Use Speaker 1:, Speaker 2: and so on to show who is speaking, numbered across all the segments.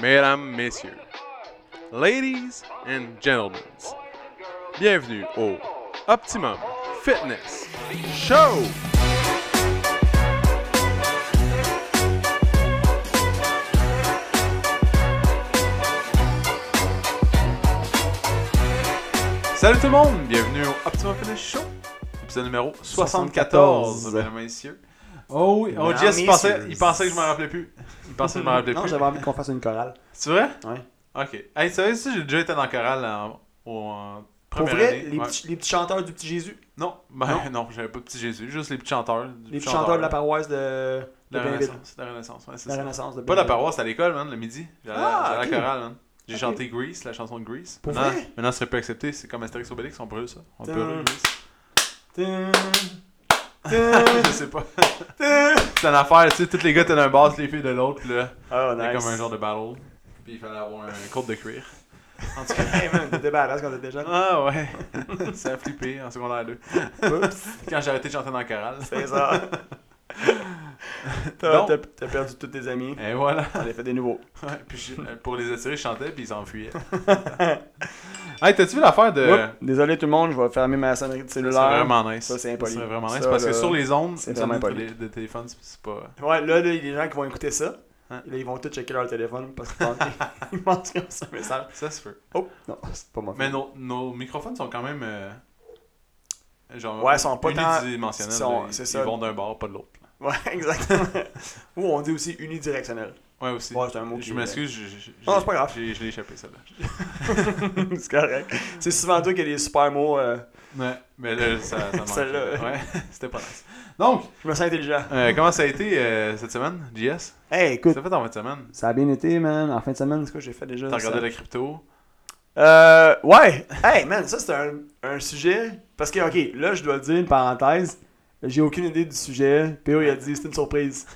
Speaker 1: mesdames, messieurs, ladies and gentlemen, bienvenue au Optimum Fitness Show! Salut tout le monde, bienvenue au Optimum Fitness Show, épisode numéro 74,
Speaker 2: 74.
Speaker 1: mesdames et messieurs.
Speaker 2: Oh oui,
Speaker 1: Oh,
Speaker 2: oh,
Speaker 1: Jess,
Speaker 2: Jess
Speaker 1: il
Speaker 2: pensait,
Speaker 1: pensait, il pensait que je m'en rappelais plus. Il pensait que je m'en rappelais
Speaker 3: Non,
Speaker 1: plus.
Speaker 3: j'avais envie qu'on fasse une chorale.
Speaker 1: C'est vrai?
Speaker 3: Ouais.
Speaker 1: Ok. Hey, tu savais ça, j'ai déjà été dans la chorale en, au, en
Speaker 3: Pour
Speaker 1: première
Speaker 3: vrai,
Speaker 1: année.
Speaker 3: les,
Speaker 1: Ouais.
Speaker 3: petits, les petits chanteurs du Petit Jésus,
Speaker 1: Non, ben, non, j'avais pas de petit Jésus, juste les petits chanteurs.
Speaker 3: les petits chanteurs de la paroisse de,
Speaker 1: de la
Speaker 3: de Blainville.
Speaker 1: Renaissance. De la Renaissance, ouais, c'est
Speaker 3: La
Speaker 1: ça.
Speaker 3: Renaissance de
Speaker 1: Pas la
Speaker 3: Blainville.
Speaker 1: paroisse, c'était à l'école, man, le midi. J'allais
Speaker 3: Ah,
Speaker 1: j'allais
Speaker 3: ok.
Speaker 1: à la chorale, man. J'ai
Speaker 3: Ok.
Speaker 1: chanté Grease, la chanson de Grease.
Speaker 3: Pour
Speaker 1: maintenant,
Speaker 3: vrai?
Speaker 1: maintenant, ce serait plus accepté, c'est comme Astérix Obélix, on brûle ça. On
Speaker 3: Tum.
Speaker 1: brûle Grease.
Speaker 3: Tum,
Speaker 1: Je
Speaker 3: tum,
Speaker 1: sais pas.
Speaker 3: tum.
Speaker 1: C'est une affaire, tu sais, tous les gars étaient d'un bord, tous les filles de l'autre, puis là.
Speaker 3: Oh,
Speaker 1: C'était
Speaker 3: nice.
Speaker 1: Ah, comme un genre de battle. Puis il fallait avoir un côte de cuir. En tout cas.
Speaker 3: Hey man, t'étais badass quand t'étais jeune.
Speaker 1: Ah ouais, ça a flippé en secondaire 2.
Speaker 3: Oups,
Speaker 1: Quand j'ai arrêté de chanter dans le chorale.
Speaker 3: c'est ça.
Speaker 1: Donc-
Speaker 3: T'as t'as- t'as perdu tous tes amis.
Speaker 1: Et voilà.
Speaker 3: T'en as fait des nouveaux.
Speaker 1: Ouais, puis je- euh, pour les attirer, je chantais puis ils s'enfuyaient. hey, t'as-tu vu l'affaire de.
Speaker 3: Oups, Désolé tout le monde, je vais fermer ma sonnerie de
Speaker 1: Euh, C'est
Speaker 3: cellulaire.
Speaker 1: vraiment nice.
Speaker 3: Ça, c'est impoli.
Speaker 1: C'est vraiment nice
Speaker 3: Ça,
Speaker 1: parce que
Speaker 3: là,
Speaker 1: sur les ondes,
Speaker 3: c'est
Speaker 1: les ondes
Speaker 3: vraiment
Speaker 1: de,
Speaker 3: impoli.
Speaker 1: télé- de téléphone, c'est- c'est pas.
Speaker 3: Ouais, là, là, les gens qui vont écouter ça,
Speaker 1: Hein?
Speaker 3: là, ils vont tous checker leur téléphone parce qu'ils pensent qu'ils pensent qu'ils ont reçu un message.
Speaker 1: Ça se peut.
Speaker 3: Oh, non, c'est pas moi.
Speaker 1: Mais nos, nos microphones sont quand même. euh, genre.
Speaker 3: Ouais, ils sont pas tant-
Speaker 1: unidimensionnels.
Speaker 3: ils sont-
Speaker 1: là. Ils,
Speaker 3: c'est
Speaker 1: ils
Speaker 3: ça.
Speaker 1: vont d'un bord, pas de l'autre. là.
Speaker 3: Ouais, exactement. Ou on dit aussi unidirectionnel.
Speaker 1: Ouais, aussi.
Speaker 3: Ouais, c'est un mot qui-
Speaker 1: je m'excuse, je- je- je-
Speaker 3: Non, c'est pas grave.
Speaker 1: j'ai- Je l'ai échappé, celle-là.
Speaker 3: c'est correct. C'est souvent toi qui as des super mots. euh,
Speaker 1: Ouais, mais là, ça, ça manque.
Speaker 3: Celle-là.
Speaker 1: Ouais, c'était pas nice. Donc,
Speaker 3: je me sens intelligent.
Speaker 1: euh, comment ça a été euh, cette semaine, JS?
Speaker 3: Hey,
Speaker 1: Ça
Speaker 3: écoute.
Speaker 1: fait en fin de semaine.
Speaker 3: Ça a bien été, man. En fin de semaine, c'est quoi que j'ai fait déjà?
Speaker 1: T'as regardé
Speaker 3: ça?
Speaker 1: la crypto?
Speaker 3: Euh, ouais. Hey, man, ça, c'est un, un sujet. Parce que, ok, là, je dois dire une parenthèse. J'ai aucune idée du sujet. PO, il a dit, c'est une surprise.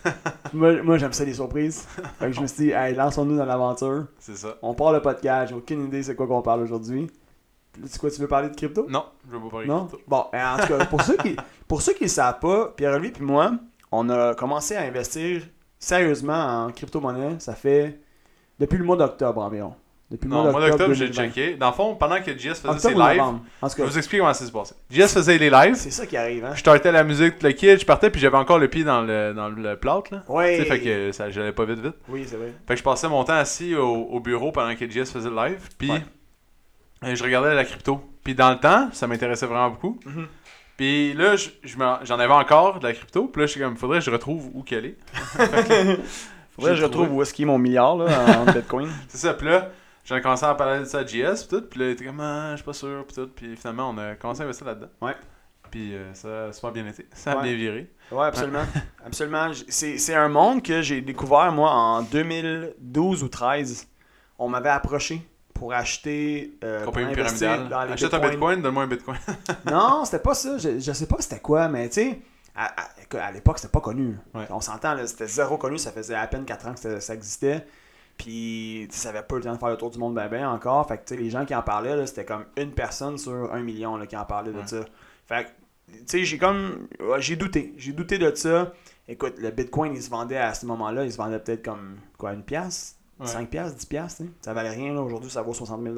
Speaker 3: moi, moi, j'aime ça, les surprises. Fait que je me suis dit, hey, lançons-nous dans l'aventure.
Speaker 1: C'est ça.
Speaker 3: On part le podcast. J'ai aucune idée c'est quoi qu'on parle aujourd'hui. C'est quoi, tu veux parler de crypto?
Speaker 1: Non, je veux pas parler
Speaker 3: Non?
Speaker 1: crypto.
Speaker 3: Bon, ben, en tout cas, pour ceux qui pour ceux qui le savent pas, Pierre-Olivier puis moi, on a commencé à investir sérieusement en crypto-monnaie, ça fait depuis le mois d'octobre environ. Depuis
Speaker 1: Non, au mois d'octobre, j'ai
Speaker 3: 2020.
Speaker 1: checké. Dans le fond, pendant que JS faisait ses
Speaker 3: Octobre ou
Speaker 1: lives,
Speaker 3: novembre? En tout
Speaker 1: je vais
Speaker 3: cas,
Speaker 1: vous expliquer comment ça se passait. JS faisait les lives,
Speaker 3: c'est ça qui arrive, hein?
Speaker 1: je startais la musique, tout le kit, je partais, puis j'avais encore le pied dans le, dans le plâtre, là. Tu
Speaker 3: Ouais.
Speaker 1: sais, fait que ça j'allais pas vite, vite.
Speaker 3: Oui, c'est vrai.
Speaker 1: Fait que je passais mon temps assis au, au bureau pendant que JS faisait le live, puis
Speaker 3: Ouais.
Speaker 1: euh, je regardais la crypto. Puis dans le temps, ça m'intéressait vraiment beaucoup.
Speaker 3: Mhm.
Speaker 1: Puis là, je- je m'en- j'en avais encore de la crypto. Puis là, je suis comme, faudrait que je retrouve où qu'elle est.
Speaker 3: Faudrait que je retrouve où est-ce qu'il est mon milliard là, en Bitcoin.
Speaker 1: C'est ça. Puis là, j'ai commencé à parler de ça à JS. Puis tout. Puis là, il était comme, ah, je suis pas sûr. Puis tout. Puis finalement, on a commencé à investir là-dedans.
Speaker 3: Ouais.
Speaker 1: Puis euh, ça a super bien été. Ça a
Speaker 3: Ouais.
Speaker 1: bien viré.
Speaker 3: Ouais, absolument. Hein? absolument. J- C'est c'est un monde que j'ai découvert, moi, en 2012 ou 13. On m'avait approché pour acheter. Euh,
Speaker 1: Compagnie
Speaker 3: pour investir
Speaker 1: pyramidale.
Speaker 3: dans les
Speaker 1: Achète un
Speaker 3: bitcoins.
Speaker 1: bitcoin, donne-moi un bitcoin.
Speaker 3: Non, c'était pas ça. Je, je sais pas c'était quoi, mais tu sais, à, à- à l'époque, c'était pas connu.
Speaker 1: Ouais.
Speaker 3: On s'entend, là, c'était zéro connu. Ça faisait à peine 4 ans que c'était- ça existait. Puis, tu sais, ça avait pas eu le temps de faire le tour du monde ben ben encore. Fait que, tu sais, les gens qui en parlaient, là, c'était comme une personne sur un million là, qui en parlait de
Speaker 1: Ouais.
Speaker 3: ça. Fait que, tu sais, j'ai comme. ouais, j'ai douté. J'ai douté de ça. Écoute, le bitcoin, il se vendait à ce moment-là, il se vendait peut-être comme, quoi, une pièce,
Speaker 1: Ouais.
Speaker 3: 5 piastres, 10 piastres. tu sais. Ça valait rien, là. Aujourd'hui, ça vaut 60 000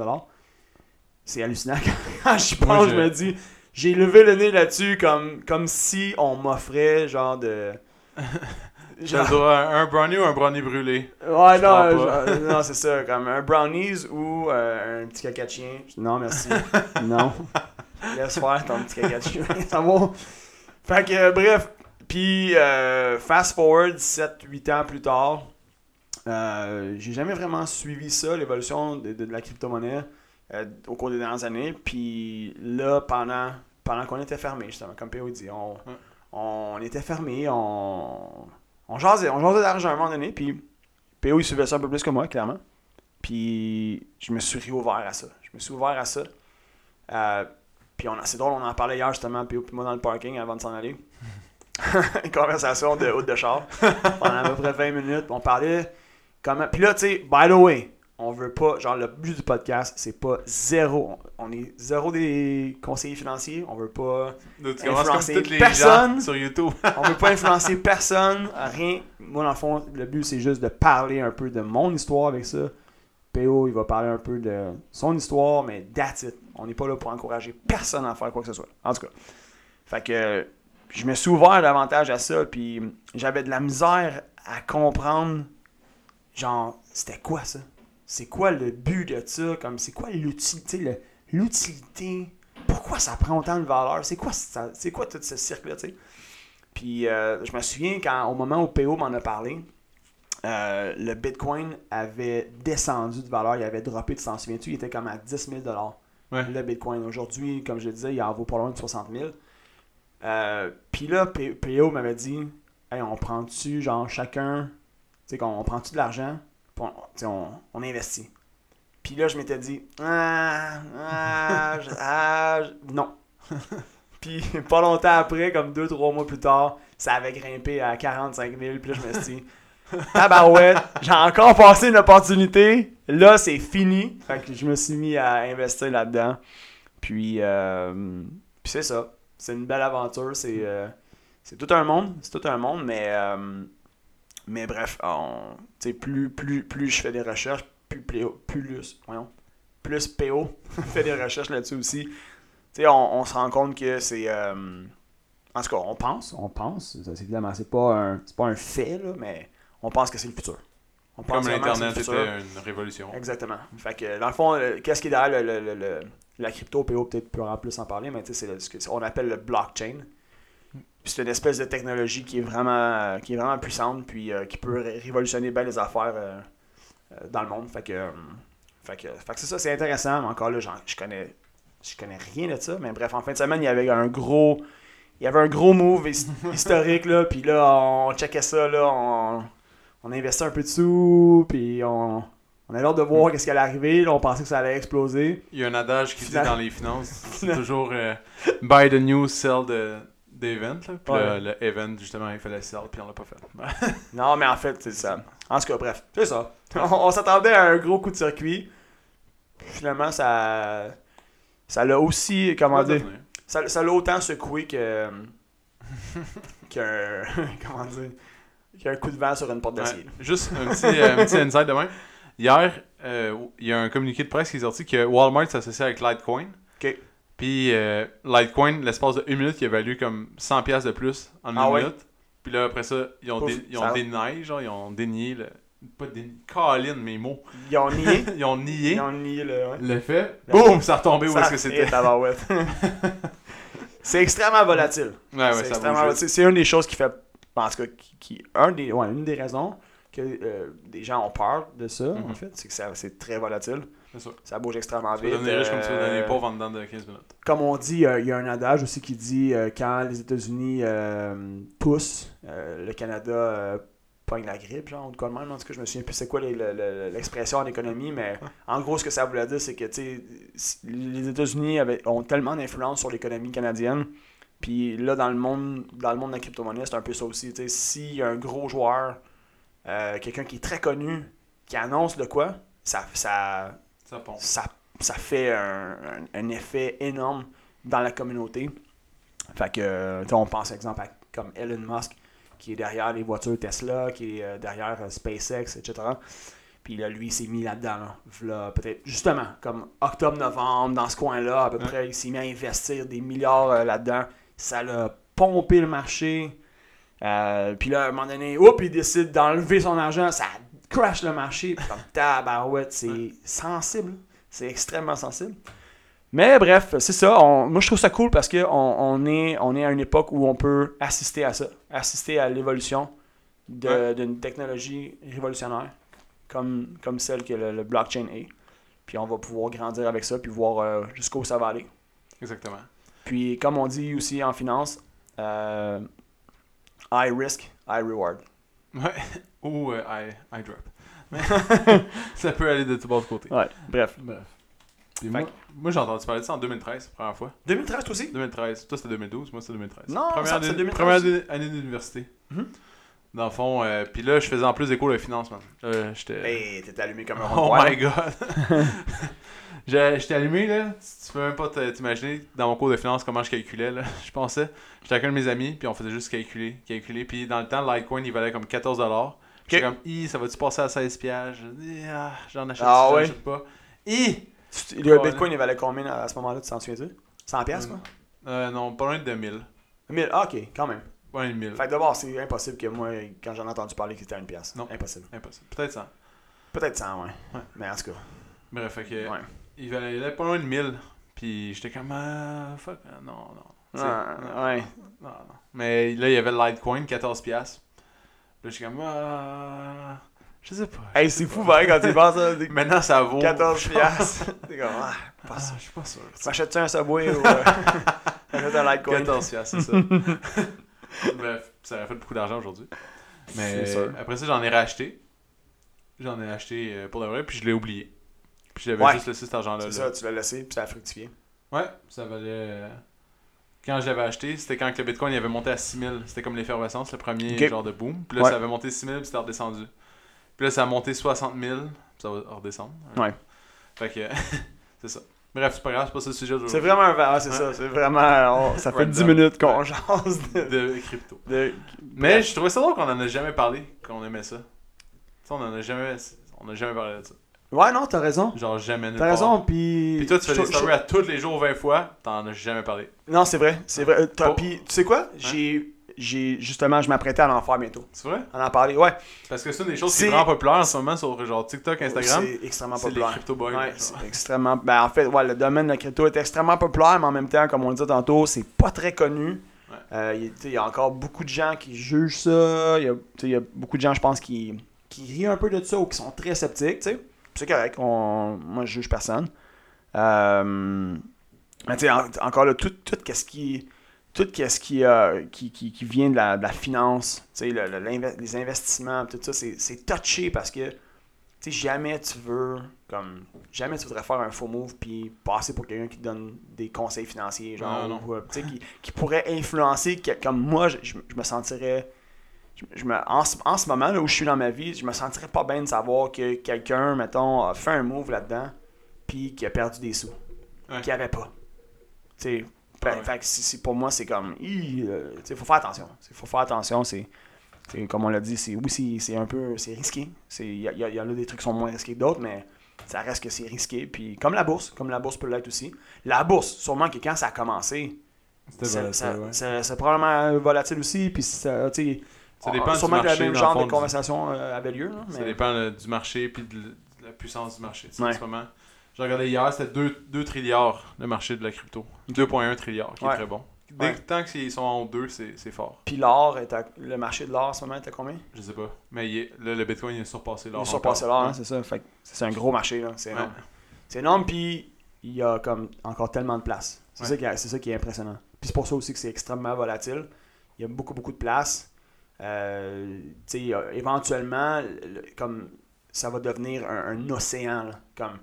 Speaker 3: C'est hallucinant quand je pense,
Speaker 1: Moi, je-
Speaker 3: je me dis, j'ai levé le nez là-dessus comme, comme si on m'offrait genre de.
Speaker 1: J'ai le
Speaker 3: genre-
Speaker 1: droit à un brownie ou un brownie brûlé.
Speaker 3: Ouais,
Speaker 1: Je
Speaker 3: non,
Speaker 1: prends
Speaker 3: euh,
Speaker 1: pas.
Speaker 3: genre- non c'est ça, comme un brownies ou euh, un petit caca de chien. Non, merci. non. Laisse faire ton petit caca de chien. Ça va. Fait que, euh, bref. Puis, euh, fast forward 7-8 ans plus tard, euh, j'ai jamais vraiment suivi ça, l'évolution de, de- de la crypto-monnaie euh, au cours des dernières années. Puis là, pendant, pendant qu'on était fermé, justement, comme PO dit, on,
Speaker 1: Ouais.
Speaker 3: on était fermé, on, on jasait, on jasait d'argent à un moment donné. Puis PO, il suivait ça un peu plus que moi, clairement. Puis je me suis réouvert à ça. Je me suis ouvert à ça. Euh, puis on a- c'est drôle, on en parlait hier justement, PO puis moi dans le parking avant de s'en aller. Une conversation de haute de char pendant à peu près 20 minutes. On parlait comment. Puis là, tu sais, by the way, on veut pas, genre le but du podcast, c'est pas zéro. On est zéro des conseillers financiers. On veut pas,
Speaker 1: Nous, tu commences comme
Speaker 3: Influencer
Speaker 1: toutes les gens
Speaker 3: personne.
Speaker 1: sur YouTube.
Speaker 3: on veut pas influencer personne, rien. Moi, dans le fond, le but, c'est juste de parler un peu de mon histoire avec ça. PO, il va parler un peu de son histoire, mais that's it. On n'est pas là pour encourager personne à faire quoi que ce soit. En tout cas. Fait que je me suis ouvert davantage à ça, puis j'avais de la misère à comprendre, genre, c'était quoi ça? C'est quoi le but de ça? Comme, c'est quoi l'utilité? le- L'utilité? Pourquoi ça prend autant de valeur? C'est quoi, ça- c'est quoi tout ce cirque-là, tu sais? Puis euh, je me souviens quand, au moment où PO m'en a parlé, euh, le Bitcoin avait descendu de valeur, il avait droppé, tu t'en souviens-tu, il était comme à 10 000
Speaker 1: Ouais.
Speaker 3: Le Bitcoin, aujourd'hui, comme je le disais, il en vaut pas loin de 60 000. Euh, Puis là, P- PO m'avait dit, hey, on prend-tu, genre, chacun, tu sais, qu'on on prend-tu de l'argent, puis on, tu sais, on, on investit. Puis là, je m'étais dit, ah, ah, je- ah, je- non. Puis pas longtemps après, comme 2-3 mois plus tard, ça avait grimpé à 45 000. Puis là, je me suis dit, tabarouette, j'ai encore passé une opportunité. Là, c'est fini. Fait que je me suis mis à investir là-dedans. Puis, euh, puis c'est ça. C'est une belle aventure. C'est euh, c'est tout un monde. C'est tout un monde. Mais, euh, mais bref, on, tu sais, plus, plus, plus je fais des recherches, plus, Pléo- plus, voyons, plus PO fait des recherches là-dessus aussi tu sais, on, on se rend compte que c'est. euh, en tout cas, on pense, on pense. ça, c'est évidemment, c'est pas un, c'est pas un fait, là, mais on pense que c'est le futur. On pense
Speaker 1: Comme
Speaker 3: vraiment que c'est
Speaker 1: l'Internet
Speaker 3: le futur.
Speaker 1: était une révolution.
Speaker 3: Exactement. Fait que, dans le fond, le- qu'est-ce qui est derrière le, le- le- le- la crypto, PO peut-être peut en plus en parler, mais tu sais, c'est le- ce que- ce qu'on appelle le blockchain. Puis c'est une espèce de technologie qui est vraiment, euh, qui est vraiment puissante, puis euh, qui peut ré- révolutionner bien les affaires euh, euh, dans le monde. Fait que, euh, fait que, fait que c'est ça, c'est intéressant, mais encore là, j'en- je connais, je connais rien de ça. Mais bref, en fin de semaine, il y avait un gros, il y avait un gros move his- historique, là, puis là, on checkait ça, là, on, on investit un peu de sous, puis on, on avait hâte de voir qu'est-ce qui allait arriver. Là, on pensait que ça allait exploser.
Speaker 1: Il y a un adage qui dit
Speaker 3: Finalement-
Speaker 1: dans les finances, c'est toujours euh, buy the news, sell the, the event. Là. Puis
Speaker 3: Ouais.
Speaker 1: le, le event, justement, il fallait sell, puis on l'a pas fait.
Speaker 3: Non, mais en fait, c'est ça. En tout cas, bref, c'est ça. On, on s'attendait à un gros coup de circuit. Finalement, ça. Ça l'a aussi. Comment dire Ça ça l'a autant secoué que. qu'un. Comment dire Qu'un coup de vent sur une porte
Speaker 1: Ouais.
Speaker 3: d'acier.
Speaker 1: Juste un petit, euh, un petit insight de même. Hier, euh, il y a un communiqué de presse qui est sorti que Walmart s'associe avec Litecoin.
Speaker 3: Ok.
Speaker 1: Puis euh, Litecoin, l'espace de une minute, il a valu comme 100$ piastres de plus en une
Speaker 3: Ah ouais?
Speaker 1: minute. Puis là, après ça, ils ont,
Speaker 3: Ouf,
Speaker 1: dé- ils
Speaker 3: ça-
Speaker 1: ont dénié, genre, ils ont dénié le. Pas dénié. Caline, mes mots.
Speaker 3: Ils ont nié.
Speaker 1: ils ont nié
Speaker 3: Ils ont nié le. ouais.
Speaker 1: le fait.
Speaker 3: La-
Speaker 1: Boum, ça a retombé où
Speaker 3: Ça-
Speaker 1: est-ce que c'était.
Speaker 3: et tabarouette. C'est extrêmement volatile.
Speaker 1: Ouais, ouais,
Speaker 3: c'est
Speaker 1: ça
Speaker 3: extrêmement-
Speaker 1: bouge.
Speaker 3: c'est- c'est une des choses qui fait. En tout cas, qui, qui- un des, ouais, une des raisons que euh, des gens ont peur de ça,
Speaker 1: Mhm.
Speaker 3: en fait, c'est que ça- c'est très volatile.
Speaker 1: C'est sûr.
Speaker 3: Ça bouge extrêmement
Speaker 1: Tu
Speaker 3: vite.
Speaker 1: vas devenir riche comme tu vas
Speaker 3: euh,
Speaker 1: devenir pauvre en dedans de 15 minutes.
Speaker 3: comme on dit, euh, il y a un adage aussi qui dit euh, quand les États-Unis euh, poussent, euh, le Canada euh, pogne la grippe, genre, ou de quoi de même. En tout cas, je me souviens plus c'est quoi les- le- le- l'expression en économie, mais en gros, ce que ça voulait dire, c'est que tu sais, si- les États-Unis avaient- ont tellement d'influence sur l'économie canadienne. Puis là, dans le monde, dans le monde de la crypto-monnaie, c'est un peu ça aussi. tu sais, S'il y a un gros joueur, euh, quelqu'un qui est très connu, qui annonce de quoi, ça, ça,
Speaker 1: Ça pompe.
Speaker 3: ça, ça fait un, un- un effet énorme dans la communauté. Fait que, tu sais, on pense exemple à comme Elon Musk, qui est derrière les voitures Tesla, qui est euh, derrière euh, SpaceX, etc. Puis là, lui, il s'est mis là-dedans, là. V'là, peut-être, justement, comme octobre-novembre, dans ce coin-là, à peu
Speaker 1: Ouais.
Speaker 3: près, il s'est mis à investir des milliards euh, là-dedans. Ça l'a pompé le marché. Euh, puis là, à un moment donné, oups, il décide d'enlever son argent, ça crash le marché. Puis comme tabarouette, c'est sensible. C'est extrêmement sensible. Mais bref, c'est ça. On- moi, je trouve ça cool parce qu'on on est, on est à une époque où on peut assister à ça, assister à l'évolution de-
Speaker 1: Ouais.
Speaker 3: d'une technologie révolutionnaire comme, comme celle que le, le blockchain est. Puis on va pouvoir grandir avec ça, puis voir euh, jusqu'où ça va aller.
Speaker 1: Exactement.
Speaker 3: Puis, comme on dit aussi en finance, euh, I risk, I reward.
Speaker 1: Ouais. Ou euh, I, I drop. Mais ça peut aller de tout bord de côté.
Speaker 3: Ouais, bref.
Speaker 1: Bref. Puis
Speaker 3: Ah. Fait
Speaker 1: moi, moi, j'ai entendu parler de ça en 2013, première fois.
Speaker 3: 2013 toi aussi?
Speaker 1: 2013. Toi, c'était 2012, moi, c'était 2013.
Speaker 3: Non,
Speaker 1: première
Speaker 3: ça, c'est
Speaker 1: année-
Speaker 3: 2013.
Speaker 1: Première année- année d'université.
Speaker 3: Mhm.
Speaker 1: Dans le fond, euh, puis là, je faisais en plus des cours de finance, man. Euh, j'étais.
Speaker 3: Hey, Ben, t'es allumé comme un
Speaker 1: oh
Speaker 3: rond
Speaker 1: my god! J'ai- J'étais allumé, là. Tu tu peux même pas te- t'imaginer, dans mon cours de finance, comment je calculais, là. Je pensais. J'étais avec un de mes amis, puis on faisait juste calculer, calculer. Puis dans le temps, Litecoin, il valait comme 14$. J'étais comme, hi, ça va-tu passer à 16$? piastres? Je dis, ah, j'en achète,
Speaker 3: Ah
Speaker 1: j'en
Speaker 3: ouais?
Speaker 1: achète pas. Hi!
Speaker 3: Le bitcoin, il valait combien à ce moment-là, tu t'en souviens-tu 100 piastres, quoi
Speaker 1: Euh, non, pas loin de 1000.
Speaker 3: 1000, ah, ok, quand même.
Speaker 1: Pas loin de 1000.
Speaker 3: Fait que d'abord, c'est impossible que moi, quand j'en ai entendu parler, que c'était à une pièce.
Speaker 1: Non.
Speaker 3: Impossible.
Speaker 1: Impossible. Peut-être 100.
Speaker 3: Peut-être 100, ouais.
Speaker 1: Ouais.
Speaker 3: Mais en tout cas,
Speaker 1: Bref, fait que.
Speaker 3: ouais.
Speaker 1: Il valait il valait pas loin de 1000. Puis j'étais comme, ah, fuck, non, non. Tu sais, non.
Speaker 3: Ah, ouais.
Speaker 1: Non, non. Mais là, il y avait le Litecoin, 14$. Puis Là, je suis comme, ah, je sais pas.
Speaker 3: Hey, c'est fou, pareil, quand tu y penses, hein, des
Speaker 1: Maintenant, ça vaut.
Speaker 3: 14 piastres. T'es comme, ah,
Speaker 1: Ah,
Speaker 3: pas sûr.
Speaker 1: je suis pas sûr.
Speaker 3: M'achètes-tu un Subway ou euh, t'achètes un Litecoin?
Speaker 1: 14$, piastres, c'est ça. Bref, ça aurait fait beaucoup d'argent aujourd'hui. Mais
Speaker 3: C'est sûr.
Speaker 1: après ça, j'en ai racheté. J'en ai acheté euh, pour de vrai, puis je l'ai oublié. Puis j'avais
Speaker 3: Ouais.
Speaker 1: juste laissé cet argent-là.
Speaker 3: C'est
Speaker 1: là.
Speaker 3: ça, tu l'as laissé, puis ça a fructifié.
Speaker 1: Ouais, ça valait. euh, Quand je l'avais acheté, c'était quand que le Bitcoin il avait monté à 6000. C'était comme l'effervescence, le premier
Speaker 3: Ok.
Speaker 1: genre de boom. Puis là,
Speaker 3: Ouais.
Speaker 1: ça avait monté 6000, puis c'était redescendu. Puis là, ça a monté 60 000, puis ça va redescendre.
Speaker 3: Ouais.
Speaker 1: Fait que. c'est ça. Bref, c'est pas grave, c'est pas ça le sujet d'aujourd'hui.
Speaker 3: C'est vraiment un ah, c'est
Speaker 1: Euh. Ouais.
Speaker 3: ça, c'est vraiment. oh, ça fait
Speaker 1: Random.
Speaker 3: 10 minutes qu'on jase de.
Speaker 1: De crypto.
Speaker 3: de-
Speaker 1: Mais je trouvais ça drôle qu'on en a jamais parlé, qu'on aimait ça. Tu sais, on en a jamais. On a jamais parlé de ça.
Speaker 3: Ouais, non, t'as raison.
Speaker 1: Genre, jamais. nulle
Speaker 3: T'as
Speaker 1: part.
Speaker 3: raison, puis.
Speaker 1: Puis toi, tu fais
Speaker 3: je-
Speaker 1: des
Speaker 3: je-
Speaker 1: stories à tous les jours 20 fois, t'en as jamais parlé.
Speaker 3: Non, c'est vrai, c'est vrai. Euh, t'as-
Speaker 1: Pour- Hein?
Speaker 3: Puis tu sais quoi? J'ai. J'ai justement, je m'apprêtais à en faire bientôt.
Speaker 1: C'est vrai?
Speaker 3: À en parler, ouais.
Speaker 1: Parce que c'est une des choses qui
Speaker 3: C'est-
Speaker 1: est vraiment populaire en ce moment sur genre TikTok, Instagram.
Speaker 3: C'est extrêmement
Speaker 1: C'est les
Speaker 3: populaire.
Speaker 1: crypto boys.
Speaker 3: Ouais,
Speaker 1: genre.
Speaker 3: c'est extrêmement. Ben, en fait, ouais, le domaine de la crypto est extrêmement populaire, mais en même temps, comme on le dit tantôt, c'est pas très connu.
Speaker 1: Ouais.
Speaker 3: Euh, il y a- tu sais, il y a encore beaucoup de gens qui jugent ça. Il y a, tu sais, il y a beaucoup de gens, je pense, qui, qui rient un peu de ça ou qui sont très sceptiques. tu sais. C'est correct. On, moi, je juge personne. Euh, mais tu sais, en- encore là, tout, tout qu'est-ce qui. Tout qu'est-ce qui, euh, qui, qui, qui vient de la, de la finance, tu sais, le- le- l'inve- les investissements, tout ça, c'est c'est touché parce que tu sais, jamais tu veux, comme, jamais tu voudrais faire un faux move puis passer pour quelqu'un qui te donne des conseils financiers, genre,
Speaker 1: Ah, non.
Speaker 3: ou, euh, tu sais, qui, qui pourrait influencer, que- comme moi, je, je- je me sentirais, je, je me, en, ce- en ce moment, là, où je suis dans ma vie, je me sentirais pas bien de savoir que quelqu'un, mettons, a fait un move là-dedans puis qui a perdu des sous,
Speaker 1: Ouais.
Speaker 3: qu'il n'y avait pas. Tu sais,
Speaker 1: Ah
Speaker 3: fait-
Speaker 1: ouais.
Speaker 3: fait que c'est- c'est- pour moi, c'est comme, hi, euh, tu sais, faut faire attention, il faut faire attension, c'est c'est- comme on l'a dit, c'est oui, c'est- c'est un peu c'est risqué. C'est- Il y, a- il y a il y en a des trucs qui sont moins risqués que d'autres, mais ça reste que c'est risqué. Puis comme la bourse, comme la bourse peut l'être aussi. La bourse, sûrement que quand ça a commencé,
Speaker 1: Ça- ça-
Speaker 3: ça- ça- ça- c'est probablement volatile aussi. Puis ça, tu sais,
Speaker 1: Ça
Speaker 3: on-
Speaker 1: dépend du
Speaker 3: sûrement que le
Speaker 1: marché,
Speaker 3: même
Speaker 1: dans
Speaker 3: genre
Speaker 1: le fond,
Speaker 3: de
Speaker 1: du-
Speaker 3: conversation euh, avait lieu. là,
Speaker 1: ça
Speaker 3: mais-
Speaker 1: dépend euh, du marché puis de, l- de la puissance du marché. Tu sais,
Speaker 3: Ouais.
Speaker 1: En ce moment, j'ai regardé hier, c'était 2, trilliards le marché de la crypto. 2,1 trilliards, qui
Speaker 3: Ouais.
Speaker 1: est très bon. Dès
Speaker 3: Ouais.
Speaker 1: que- Tant qu'ils sont en 2, c'est c'est fort.
Speaker 3: Puis l'or, est à- le marché de l'or en ce moment, était combien
Speaker 1: Je sais pas. Mais il est- là, le Bitcoin, il a surpassé l'or.
Speaker 3: Ils sont passés l'or,
Speaker 1: encore.
Speaker 3: hein, c'est ça. Fait que c'est un gros marché, là, c'est
Speaker 1: Ouais.
Speaker 3: énorme. C'est énorme, puis il y a comme encore tellement de place. C'est
Speaker 1: Ouais.
Speaker 3: ça, qui est- c'est ça qui est impressionnant. Puis c'est pour ça aussi que c'est extrêmement volatile. Il y a beaucoup, beaucoup de place. Euh, tu sais, il y a- éventuellement, le- le- comme ça va devenir un, un océan. là. comme, tu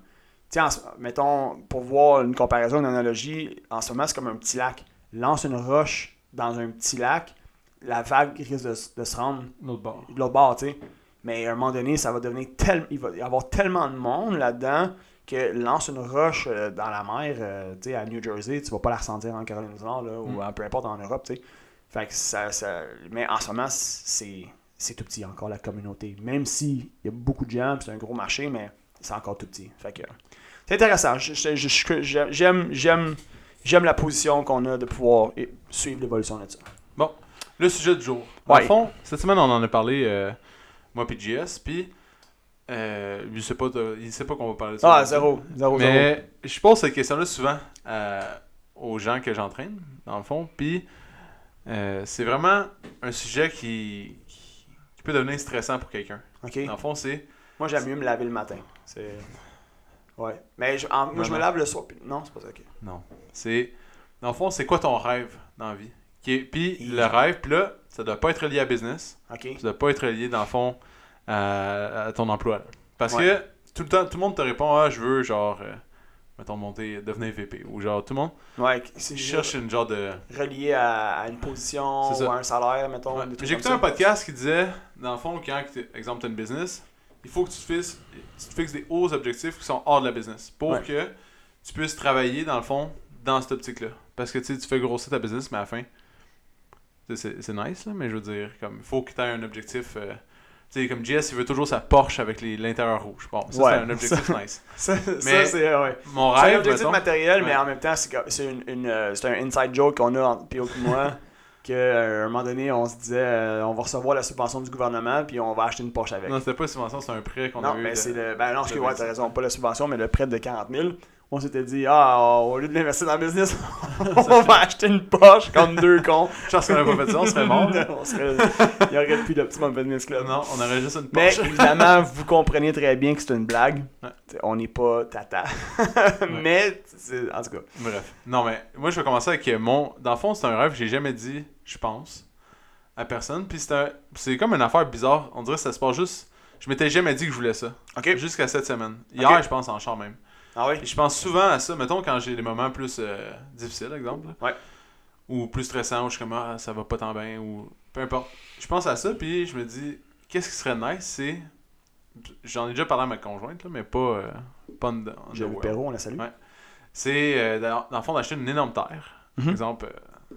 Speaker 3: sais, en ce- mettons, pour voir une comparaison, une analogie, en ce moment, c'est comme un petit lac. Lance une roche dans un petit lac, la vague risque de s- de se rendre
Speaker 1: L'autre bord.
Speaker 3: de l'autre bord, tu sais. Mais à un moment donné, ça va devenir tel... il va y avoir tellement de monde là-dedans que lance une roche euh, dans la mer, euh, tu sais, à New Jersey, tu vas pas la ressentir en Caroline du Nord, là, ou
Speaker 1: Mm.
Speaker 3: à- peu importe en Europe, tu sais. Fait que ça, ça- Mais en ce moment, c'est c'est tout petit encore, la communauté. Même si il y a beaucoup de gens, puis c'est un gros marché, mais c'est encore tout petit. Fait que... C'est intéressant. Je- je- je- je- je- J'aime... J'aime... J'aime la position qu'on a de pouvoir eh, suivre l'évolution de ça.
Speaker 1: Le sujet du jour. Dans
Speaker 3: Ouais.
Speaker 1: le fond, cette semaine, on en a parlé, euh, moi puis JS, puis euh, il sait pas, de- il sait pas qu'on va parler de ça.
Speaker 3: Ah, zéro. Zéro, zéro.
Speaker 1: Mais je pose cette question-là souvent euh, aux gens que j'entraîne, dans le fond. Puis euh, c'est vraiment un sujet qui, qui, qui peut devenir stressant pour quelqu'un.
Speaker 3: OK.
Speaker 1: Dans le fond, c'est.
Speaker 3: Moi, j'aime mieux me laver le matin. C'est. Ouais. Mais je, en- moi,
Speaker 1: Non,
Speaker 3: je me
Speaker 1: non.
Speaker 3: lave le soir. puis- Non, c'est pas ça. ok.
Speaker 1: Non. C'est. Dans le fond, c'est quoi ton rêve dans la vie? Qui est- Puis
Speaker 3: Et-
Speaker 1: le rêve, puis là, ça doit pas être lié à business.
Speaker 3: Ok.
Speaker 1: Ça doit pas être lié, dans le fond, à, à ton emploi. là. Parce
Speaker 3: Ouais.
Speaker 1: que tout le temps, tout le monde te répond Ah, je veux genre. euh, mettons, monter, devenir VP. Ou genre, tout le monde
Speaker 3: Ouais, c'est
Speaker 1: cherche une genre de.
Speaker 3: relié à, à une position
Speaker 1: C'est ça.
Speaker 3: ou à un salaire, mettons.
Speaker 1: Ouais.
Speaker 3: des trucs
Speaker 1: J'ai écouté
Speaker 3: comme
Speaker 1: un
Speaker 3: ça.
Speaker 1: podcast qui disait, dans le fond, quand, t'es- exemple, tu as une business, il faut que tu te, fixes, tu te fixes des hauts objectifs qui sont hors de la business pour
Speaker 3: Ouais.
Speaker 1: que tu puisses travailler, dans le fond, dans cette optique-là. Parce que tu sais, tu fais grossir ta business, mais à la fin, tu sais, c'est c'est nice, là, mais je veux dire, comme il faut que tu aies un objectif. euh, tu sais, comme JS, il veut toujours sa Porsche avec les- l'intérieur rouge. Bon, ça,
Speaker 3: Ouais.
Speaker 1: c'est un objectif nice.
Speaker 3: Ça, ça,
Speaker 1: Mais-
Speaker 3: c'est ouais.
Speaker 1: Mon
Speaker 3: C'est un
Speaker 1: rêve,
Speaker 3: objectif
Speaker 1: mettons,
Speaker 3: matériel, mais
Speaker 1: Ouais.
Speaker 3: en même temps, c'est que- c'est une, une, euh, c'est un inside joke qu'on a entre Pio et moi. Qu'à un moment donné, on se disait euh, on va recevoir la subvention du gouvernement, puis on va acheter une Porsche avec.
Speaker 1: non, c'était pas une subvention, c'est un prêt qu'on
Speaker 3: Non,
Speaker 1: a eu.
Speaker 3: mais
Speaker 1: de-
Speaker 3: c'est le. Ben non, excuse
Speaker 1: le
Speaker 3: ouais, t'as raison, pas la subvention, mais le prêt de 40 000. On s'était dit, ah, au lieu de l'investir dans le business, on va acheter une poche comme deux cons.
Speaker 1: Je pense qu'on aurait pas fait ça, on serait mort. là.
Speaker 3: On serait- Il n'y aurait plus de petit Mom Business Club.
Speaker 1: Non, on aurait juste une
Speaker 3: Mais
Speaker 1: Porsche.
Speaker 3: évidemment, vous comprenez très bien que c'est une blague.
Speaker 1: Ouais.
Speaker 3: T'sais, On n'est pas tata. Mais, c'est- en tout cas,
Speaker 1: Bref. Non, mais moi, je vais commencer avec euh, mon. Dans le fond, c'est un rêve que j'ai jamais dit, je pense, à personne. Puis c'est un- c'est comme une affaire bizarre. On dirait que ça se passe juste. Je m'étais jamais dit que je voulais ça.
Speaker 3: OK.
Speaker 1: Jusqu'à cette semaine. Hier,
Speaker 3: Ok.
Speaker 1: je pense, en char même.
Speaker 3: Ah oui?
Speaker 1: Et je pense souvent à ça. Mettons quand j'ai des moments plus euh, difficiles, exemple. là.
Speaker 3: Ouais.
Speaker 1: Ou plus stressants, où je suis comme, ah, ça va pas tant bien, ou peu importe. Je pense à ça, puis je me dis, qu'est-ce qui serait nice, c'est. J'en ai déjà parlé à ma conjointe, là, mais pas. euh, pas on the- on the
Speaker 3: J'ai le
Speaker 1: world
Speaker 3: Perrault, on la salue.
Speaker 1: Ouais. c'est euh, dans, dans le fond d'acheter une énorme terre. Par
Speaker 3: Mhm.
Speaker 1: exemple, euh,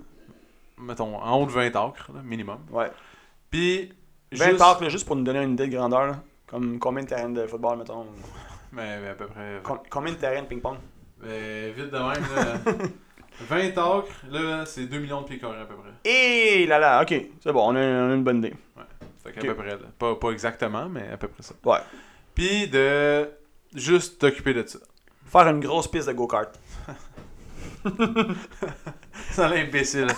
Speaker 1: mettons en haut de 20 acres là, minimum.
Speaker 3: Ouais.
Speaker 1: Puis,
Speaker 3: 20
Speaker 1: juste-
Speaker 3: parcs, là, juste pour nous donner une idée de grandeur. là. Comme combien de terrains de football, mettons
Speaker 1: Mais, mais à peu près.
Speaker 3: Com- Combien de terrains de ping-pong
Speaker 1: mais vite de même, là, 20 acres, là, c'est 2 millions de pieds carrés à peu près.
Speaker 3: Et Eh là là, ok, c'est bon, on a, on a une bonne idée.
Speaker 1: Fait qu'à
Speaker 3: Ok.
Speaker 1: peu près, là. Pas, pas exactement, mais à peu près ça.
Speaker 3: Ouais.
Speaker 1: Puis de juste t'occuper de ça.
Speaker 3: Faire une grosse piste de go-kart.
Speaker 1: Sans l'imbécile.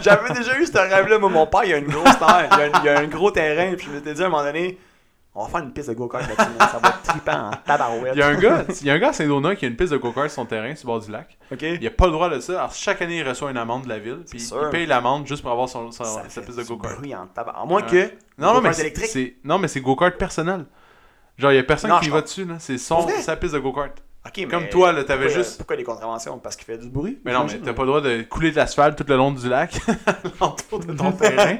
Speaker 3: J'avais déjà eu ce rêve-là, moi, mon père, il a une grosse terre, il a, il a un gros terrain, puis je m'étais dit à un moment donné, on va faire une piste de go-kart là-dessus, man, ça va être trippant en tabarouette.
Speaker 1: Il y a un gars, il y a un gars à Saint-Donat qui a une piste de go-kart sur son terrain, sur le bord du lac.
Speaker 3: Ok?
Speaker 1: Il a pas le droit de ça. Alors, chaque année, il reçoit une amende de la ville. Puis
Speaker 3: C'est sûr.
Speaker 1: il paye l'amende juste pour avoir son, son-
Speaker 3: Ça
Speaker 1: sa
Speaker 3: fait
Speaker 1: piste de
Speaker 3: du
Speaker 1: go-kart.
Speaker 3: bruit en tabac. À moins
Speaker 1: Ouais.
Speaker 3: que.
Speaker 1: Non, non, mais
Speaker 3: go-kart
Speaker 1: c'est,
Speaker 3: électrique.
Speaker 1: c'est- non, mais c'est go-kart personnel. Genre, il y a personne
Speaker 3: Non,
Speaker 1: qui
Speaker 3: je
Speaker 1: va dessus. Là. C'est
Speaker 3: Pour
Speaker 1: son,
Speaker 3: vrai?
Speaker 1: sa piste de go-kart.
Speaker 3: Ok,
Speaker 1: Comme
Speaker 3: mais
Speaker 1: toi, là, t'avais
Speaker 3: pourquoi-
Speaker 1: juste.
Speaker 3: Pourquoi les contraventions Parce qu'il fait du bruit.
Speaker 1: Mais non, mais t'as pas le droit de couler de l'asphalte tout le long du lac, l'entour de ton terrain.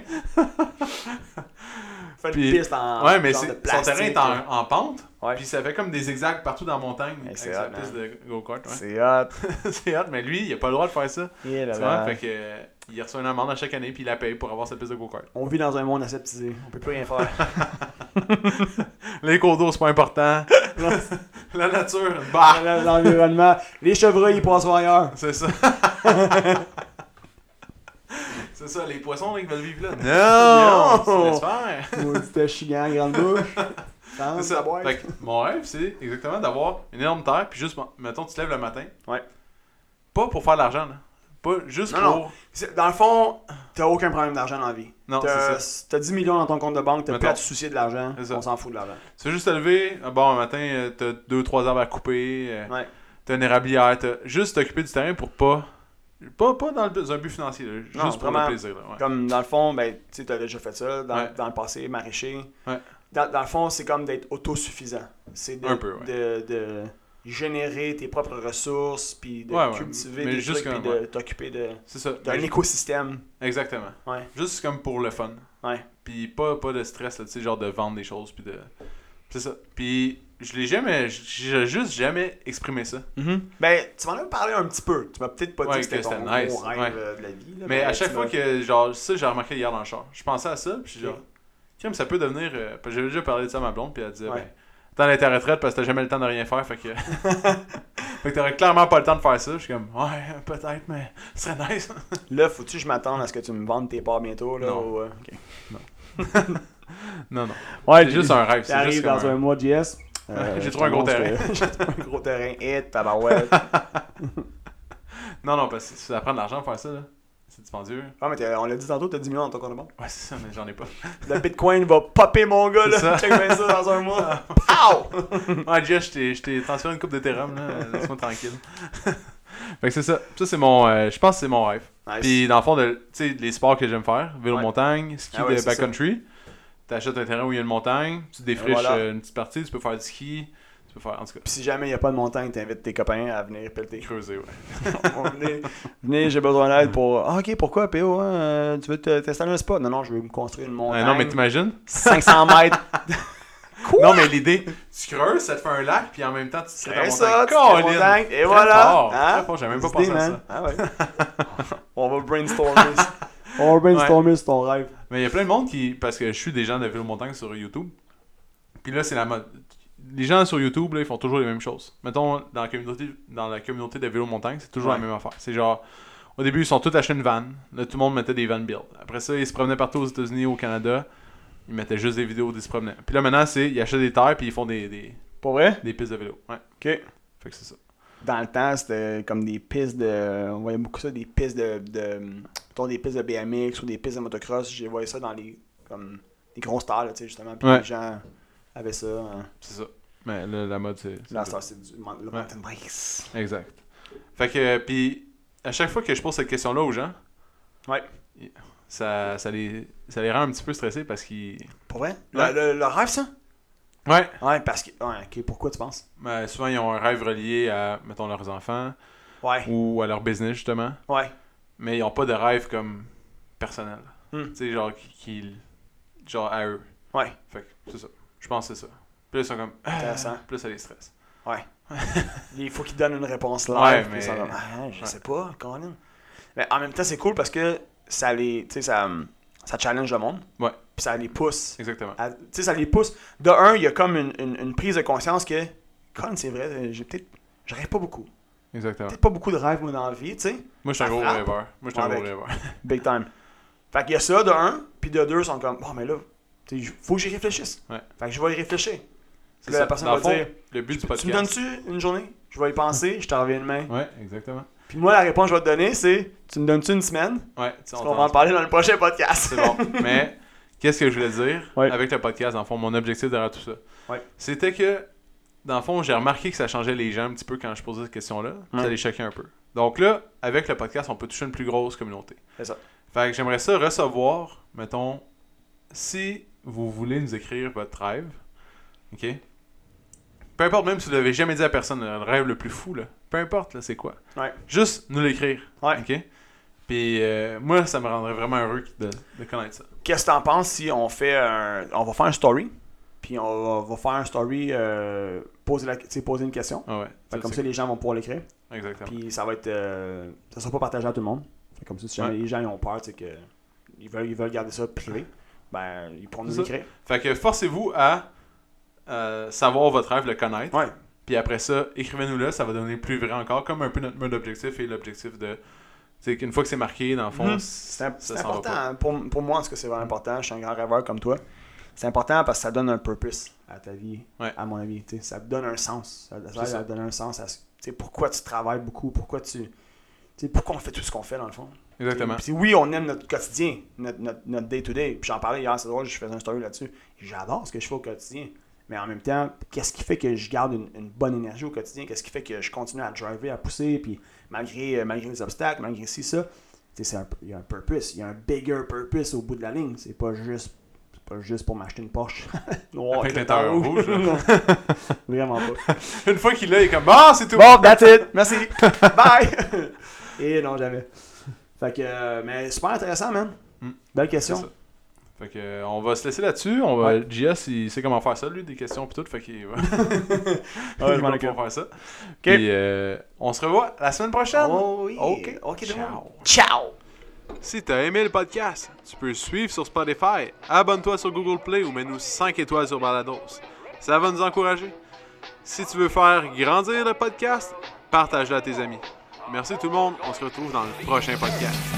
Speaker 3: Fait
Speaker 1: Puis-
Speaker 3: une piste en.
Speaker 1: Ouais, mais
Speaker 3: genre
Speaker 1: c'est-
Speaker 3: de
Speaker 1: son
Speaker 3: plastique,
Speaker 1: terrain est
Speaker 3: là.
Speaker 1: en, en pente.
Speaker 3: Ouais.
Speaker 1: Puis ça fait comme des zigzags partout dans la montagne
Speaker 3: Hey,
Speaker 1: avec
Speaker 3: c'est
Speaker 1: sa
Speaker 3: hot, man.
Speaker 1: piste de go-kart. ouais.
Speaker 3: C'est hot.
Speaker 1: c'est hot, mais lui, il a pas le droit de faire ça.
Speaker 3: Et là
Speaker 1: Tu vois,
Speaker 3: là.
Speaker 1: fait que, euh, il reçoit une amende à chaque année, puis il la paye pour avoir sa piste de go-kart.
Speaker 3: On vit dans un monde aseptisé. On peut plus rien faire.
Speaker 1: Les cours d'eau, c'est pas important. la nature, bah,
Speaker 3: L'en- L'environnement. Les chevreuils, ils passent ailleurs.
Speaker 1: c'est ça. c'est ça, les poissons là, qui veulent vivre là.
Speaker 3: Non!
Speaker 1: laisse faire.
Speaker 3: Maudit chiant, grande bouche. Tente,
Speaker 1: C'est
Speaker 3: la
Speaker 1: ça.
Speaker 3: boîte.
Speaker 1: Fait que mon rêve, c'est exactement d'avoir une énorme terre, puis juste, mettons, tu te lèves le matin.
Speaker 3: Ouais.
Speaker 1: Pas pour faire de l'argent, là. Pas juste
Speaker 3: Non,
Speaker 1: pour.
Speaker 3: C'est- Dans le fond, t'as aucun problème d'argent dans la vie.
Speaker 1: Non, c'est
Speaker 3: T'as
Speaker 1: ça.
Speaker 3: t'as 10 millions dans ton compte de banque, t'as plus
Speaker 1: Mettons.
Speaker 3: à te soucier de l'argent.
Speaker 1: C'est ça.
Speaker 3: On s'en fout de l'argent.
Speaker 1: C'est juste te lever, ah, bon, un matin, euh, t'as deux, trois arbres à couper, euh,
Speaker 3: Ouais.
Speaker 1: t'as une érablière, t'as juste t'occuper du terrain pour pas. Pas, pas dans, le, dans un but financier, là, juste
Speaker 3: Non,
Speaker 1: pour
Speaker 3: vraiment.
Speaker 1: le plaisir. là, ouais.
Speaker 3: Comme dans le fond, ben, tu sais, t'as déjà fait ça dans,
Speaker 1: Ouais.
Speaker 3: dans le passé, maraîcher.
Speaker 1: Ouais.
Speaker 3: Dans, dans le fond, c'est comme d'être autosuffisant. C'est de,
Speaker 1: Un peu, ouais.
Speaker 3: de, de générer tes propres ressources, puis de
Speaker 1: Ouais, ouais,
Speaker 3: cultiver
Speaker 1: mais
Speaker 3: des
Speaker 1: juste
Speaker 3: trucs, puis
Speaker 1: comme,
Speaker 3: de t'occuper de-
Speaker 1: C'est ça.
Speaker 3: d'un
Speaker 1: Mais-
Speaker 3: écosystème.
Speaker 1: Exactement.
Speaker 3: Ouais.
Speaker 1: Juste comme pour le fun.
Speaker 3: Ouais.
Speaker 1: Puis pas, pas de stress, là, tu sais, genre de vendre des choses, puis de... C'est ça. Puis je l'ai jamais... J'ai juste jamais exprimé ça.
Speaker 3: Ben, tu m'en as parlé un petit peu. Tu m'as peut-être pas
Speaker 1: Ouais,
Speaker 3: dit que c'était
Speaker 1: que c'était
Speaker 3: ton
Speaker 1: nice,
Speaker 3: gros rêve
Speaker 1: ouais.
Speaker 3: euh, de la vie. là,
Speaker 1: Mais à
Speaker 3: tu
Speaker 1: chaque fois
Speaker 3: l'as-
Speaker 1: que, genre, ça, j'ai remarqué hier dans le char. Je pensais à ça, puis j'ai
Speaker 3: Ok.
Speaker 1: genre... Crime, ça peut devenir... euh, parce que J'avais déjà parlé de ça à ma blonde, puis elle disait,
Speaker 3: Ouais.
Speaker 1: ben... T'en étais à la retraite parce que t'as jamais le temps de rien faire, fait que... fait que t'aurais clairement pas le temps de faire ça. Je suis comme, ouais, peut-être, mais ce serait nice.
Speaker 3: Là, faut-tu que je m'attende à ce que tu me vendes tes parts bientôt? Là,
Speaker 1: Non.
Speaker 3: ou, euh, ok.
Speaker 1: non, non.
Speaker 3: Ouais,
Speaker 1: C'est juste un rêve. C'est
Speaker 3: T'arrives
Speaker 1: juste
Speaker 3: dans
Speaker 1: comme
Speaker 3: un
Speaker 1: un...
Speaker 3: mois de JS.
Speaker 1: Ouais, j'ai
Speaker 3: je
Speaker 1: trouvé un gros
Speaker 3: t'annonce que- J'ai trouvé un gros terrain. Et tabarouette.
Speaker 1: Non, non, parce que ça prend de l'argent de faire ça, là. C'est dispendieux.
Speaker 3: Ah, mais t'as- on l'a dit tantôt, t'as 10 millions dans ton compte de banque.
Speaker 1: Ouais, c'est ça, mais j'en ai pas.
Speaker 3: Le bitcoin va popper, mon gars. Là.
Speaker 1: C'est ça.
Speaker 3: Check bien ça dans un mois. Pow!
Speaker 1: Ouais, Jess, je t'ai- Ah, je t'ai transféré une coupe de terrain, là. euh, Laisse-moi tranquille. fait que c'est ça. Ça, c'est mon. euh, je pense que c'est mon rêve.
Speaker 3: Nice.
Speaker 1: Puis, dans le fond, de, tu sais, les sports que j'aime faire vélo
Speaker 3: Ouais.
Speaker 1: montagne, ski
Speaker 3: Ah ouais,
Speaker 1: de
Speaker 3: c'est ça.
Speaker 1: backcountry. T'achètes un terrain où il y a une montagne, tu défriches
Speaker 3: voilà.
Speaker 1: euh, une petite partie, tu peux faire du ski, tu peux faire. En tout cas,
Speaker 3: Puis si jamais il n'y a pas de montagne, t'invites tes copains à venir pelleter.
Speaker 1: creuser, ouais.
Speaker 3: On va venir- venez, j'ai besoin d'aide pour. Ah, ok, pourquoi, PO hein, euh, Tu veux te- t'installer un spa Non, non, je veux me construire une
Speaker 1: Ouais,
Speaker 3: montagne.
Speaker 1: non, mais t'imagines
Speaker 3: 500 mètres. Quoi
Speaker 1: Non, mais l'idée, tu creuses, ça te fait un lac, puis en même temps, tu te crées ta
Speaker 3: C'est
Speaker 1: montagne.
Speaker 3: ça, tu fais
Speaker 1: Colin!
Speaker 3: montagne, et
Speaker 1: Très
Speaker 3: voilà.
Speaker 1: fort,
Speaker 3: Hein?
Speaker 1: très fort, j'avais même pas
Speaker 3: Des idées,
Speaker 1: pensé à ça.
Speaker 3: man. Ah ouais. On va brainstormer. On va brainstormer sur ton rêve.
Speaker 1: Mais il y a plein de monde qui. Parce que je suis des gens de Ville Montagne sur YouTube. Puis là, c'est la mode. Les gens sur YouTube, là, ils font toujours les mêmes choses. Mettons, dans la communauté, dans la communauté de Vélo Montagne, c'est toujours
Speaker 3: Ouais.
Speaker 1: la même affaire. C'est genre. Au début, ils sont tous achetés une van. Là, tout le monde mettait des van build. Après ça, ils se promenaient partout aux États-Unis, au Canada. Ils mettaient juste des vidéos d'ils se promenaient. Puis là, maintenant, c'est. Ils achètent des terres, puis ils font des, des,
Speaker 3: Pour vrai
Speaker 1: des pistes de vélo. Ouais.
Speaker 3: Ok.
Speaker 1: Fait que c'est ça.
Speaker 3: Dans le temps, c'était comme des pistes de. On voyait beaucoup ça, des pistes de. de mettons, des pistes de BMX ou des pistes de motocross. J'ai voyé ça dans les. Comme. Des grosses terres, là, tu sais, justement. Puis
Speaker 1: Ouais.
Speaker 3: les gens avaient ça. hein.
Speaker 1: C'est ça. Mais là, la mode, c'est. c'est
Speaker 3: Là,
Speaker 1: ça.
Speaker 3: ça, c'est du. mon- Le
Speaker 1: Ouais.
Speaker 3: mountain bikes.
Speaker 1: Exact. Fait que, euh, puis, à chaque fois que je pose cette question-là aux gens,
Speaker 3: Ouais.
Speaker 1: y- ça, ça, les, ça les rend un petit peu stressés parce qu'ils.
Speaker 3: Pour vrai
Speaker 1: Ouais.
Speaker 3: le, le- le rêve, ça
Speaker 1: Ouais.
Speaker 3: Ouais, parce que. Ouais, ok, pourquoi tu penses
Speaker 1: Mais souvent, ils ont un rêve relié à, mettons, leurs enfants
Speaker 3: Ouais.
Speaker 1: ou à leur business, justement.
Speaker 3: Ouais.
Speaker 1: Mais ils ont pas de rêve comme personnel.
Speaker 3: Hmm.
Speaker 1: Tu sais, genre, qui, qui- genre à eux.
Speaker 3: Ouais.
Speaker 1: Fait que, c'est ça. Je pense que c'est ça. Puis là, ils sont comme. Ah
Speaker 3: Intéressant.
Speaker 1: Puis là, ça les stresse.
Speaker 3: Il faut qu'il donne une réponse live.
Speaker 1: Ouais,
Speaker 3: puis
Speaker 1: mais-
Speaker 3: ils sont comme, Ah, je
Speaker 1: Ouais.
Speaker 3: sais pas, Colin. Mais en même temps, c'est cool parce que ça les, tu sais, ça, ça challenge le monde.
Speaker 1: Ouais.
Speaker 3: Puis ça les pousse.
Speaker 1: Exactement.
Speaker 3: à- Tu sais, ça les pousse. De un, il y a comme une, une- une prise de conscience que, Colin, c'est vrai, j'ai peut-être, je rêve pas beaucoup.
Speaker 1: Exactement.
Speaker 3: Peut-être pas beaucoup de rêves, moi, dans la vie, tu sais.
Speaker 1: Moi, je suis un
Speaker 3: Ça
Speaker 1: gros
Speaker 3: frappe.
Speaker 1: rêveur. Moi, je suis un
Speaker 3: Ah, Ouais, ben,
Speaker 1: gros rêveur.
Speaker 3: Big time. Fait qu'il y a ça de un, puis de deux, ils sont comme, bon, mais là, tu sais, faut que j'y réfléchisse.
Speaker 1: Ouais.
Speaker 3: Fait que je vais y réfléchir.
Speaker 1: C'est
Speaker 3: là,
Speaker 1: ça.
Speaker 3: la personne
Speaker 1: Dans
Speaker 3: va
Speaker 1: le fond,
Speaker 3: dire,
Speaker 1: Le but du podcast.
Speaker 3: Tu me donnes-tu une journée? Je vais y penser, je t'en reviens demain.
Speaker 1: Ouais, exactement.
Speaker 3: Puis moi, la réponse que je vais te donner, c'est Tu me donnes-tu une semaine
Speaker 1: Ouais, tu sais,
Speaker 3: Parce
Speaker 1: on
Speaker 3: qu'on
Speaker 1: t'en-
Speaker 3: va en parler dans le prochain podcast.
Speaker 1: C'est bon. Mais qu'est-ce que je voulais dire
Speaker 3: Ouais.
Speaker 1: avec le podcast, dans le fond, mon objectif derrière tout ça?
Speaker 3: Ouais.
Speaker 1: C'était que, dans le fond, j'ai remarqué que ça changeait les gens un petit peu quand je posais cette question-là. puis Ça
Speaker 3: Ouais.
Speaker 1: les choquait un peu. Donc là, avec le podcast, on peut toucher une plus grosse communauté.
Speaker 3: C'est ça.
Speaker 1: Fait que j'aimerais ça recevoir, mettons, si vous voulez nous écrire votre rêve, OK? Peu importe, même si vous l'avez jamais dit à personne, le rêve le plus fou, là. Peu importe, là, c'est quoi.
Speaker 3: Ouais.
Speaker 1: Juste nous l'écrire,
Speaker 3: Ouais.
Speaker 1: OK? Puis euh, moi, ça me rendrait vraiment heureux de, de connaître ça.
Speaker 3: Qu'est-ce que t'en penses si on fait un. On va faire un story. Puis on va, va faire un story, euh, poser, la, tu sais, poser une question.
Speaker 1: Ah ouais.
Speaker 3: Fait que comme
Speaker 1: c'est-
Speaker 3: ça, les gens vont pouvoir l'écrire.
Speaker 1: Exactement.
Speaker 3: Puis ça va être. euh, ça sera pas partagé à tout le monde. Fait que comme ça, si jamais
Speaker 1: Ouais.
Speaker 3: les gens ils ont peur, tu sais, que. Ils veulent, ils veulent garder ça privé. Ben, ils pourront nous
Speaker 1: C'est ça.
Speaker 3: l'écrire.
Speaker 1: Fait que forcez-vous à euh, savoir votre rêve, le connaître.
Speaker 3: Ouais.
Speaker 1: Puis après ça, écrivez-nous-le, ça va donner plus vrai encore, comme un peu notre mode d'objectif et l'objectif de. C'est qu'une fois que c'est marqué, dans le fond,
Speaker 3: Mhm. C'est
Speaker 1: ça
Speaker 3: imp- c'est
Speaker 1: s'en va
Speaker 3: important.
Speaker 1: pas.
Speaker 3: hein. Pour, pour moi, en ce que c'est vraiment important, je suis un grand rêveur comme toi. C'est important parce que ça donne un purpose à ta vie,
Speaker 1: Ouais.
Speaker 3: à mon avis. tu sais. Ça donne un sens. Ça, ça,
Speaker 1: C'est ça.
Speaker 3: donne un sens à ce- tu sais, pourquoi tu travailles beaucoup, pourquoi tu. tu sais, pourquoi on fait tout ce qu'on fait dans le fond.
Speaker 1: Exactement.
Speaker 3: Puis c'est- oui, on aime notre quotidien, notre, notre, notre day-to-day. Puis j'en parlais hier, c'est drôle, je faisais un story là-dessus. J'adore ce que je fais au quotidien. Mais en même temps, qu'est-ce qui fait que je garde une, une bonne énergie au quotidien? Qu'est-ce qui fait que je continue à driver, à pousser, puis malgré, euh, malgré les obstacles, malgré ci, ça, tu sais, c'est un- il y a un purpose, il y a un bigger purpose au bout de la ligne. C'est pas juste c'est pas juste pour m'acheter une Porsche noire
Speaker 1: Avec
Speaker 3: le
Speaker 1: l'intérieur
Speaker 3: temps
Speaker 1: rouge, là.
Speaker 3: Non. Vraiment pas.
Speaker 1: Une fois qu'il l'a, il est comme Bon, c'est tout!
Speaker 3: Bon, that's it. Merci. Bye. Et non, jamais. Fait que, euh, mais super intéressant, man.
Speaker 1: Mm.
Speaker 3: Belle
Speaker 1: C'est
Speaker 3: question.
Speaker 1: ça. Fait que, euh, on va se laisser là-dessus. On va...
Speaker 3: Ouais.
Speaker 1: JS, il sait comment faire ça, lui, des questions pis tout. Fait qu'il va.
Speaker 3: je
Speaker 1: il
Speaker 3: m'en
Speaker 1: va
Speaker 3: occupe.
Speaker 1: pouvoir faire ça. Puis, euh, on se revoit la semaine prochaine.
Speaker 3: Oh oui.
Speaker 1: Ok.
Speaker 3: Ok, tout le monde.
Speaker 1: Ciao.
Speaker 3: Ciao.
Speaker 1: Si t'as aimé le podcast, tu peux le suivre sur Spotify, abonne-toi sur Google Play ou mets-nous 5 étoiles sur Balados. Ça va nous encourager. Si tu veux faire grandir le podcast, partage-le à tes amis. Merci tout le monde, on se retrouve dans le prochain podcast.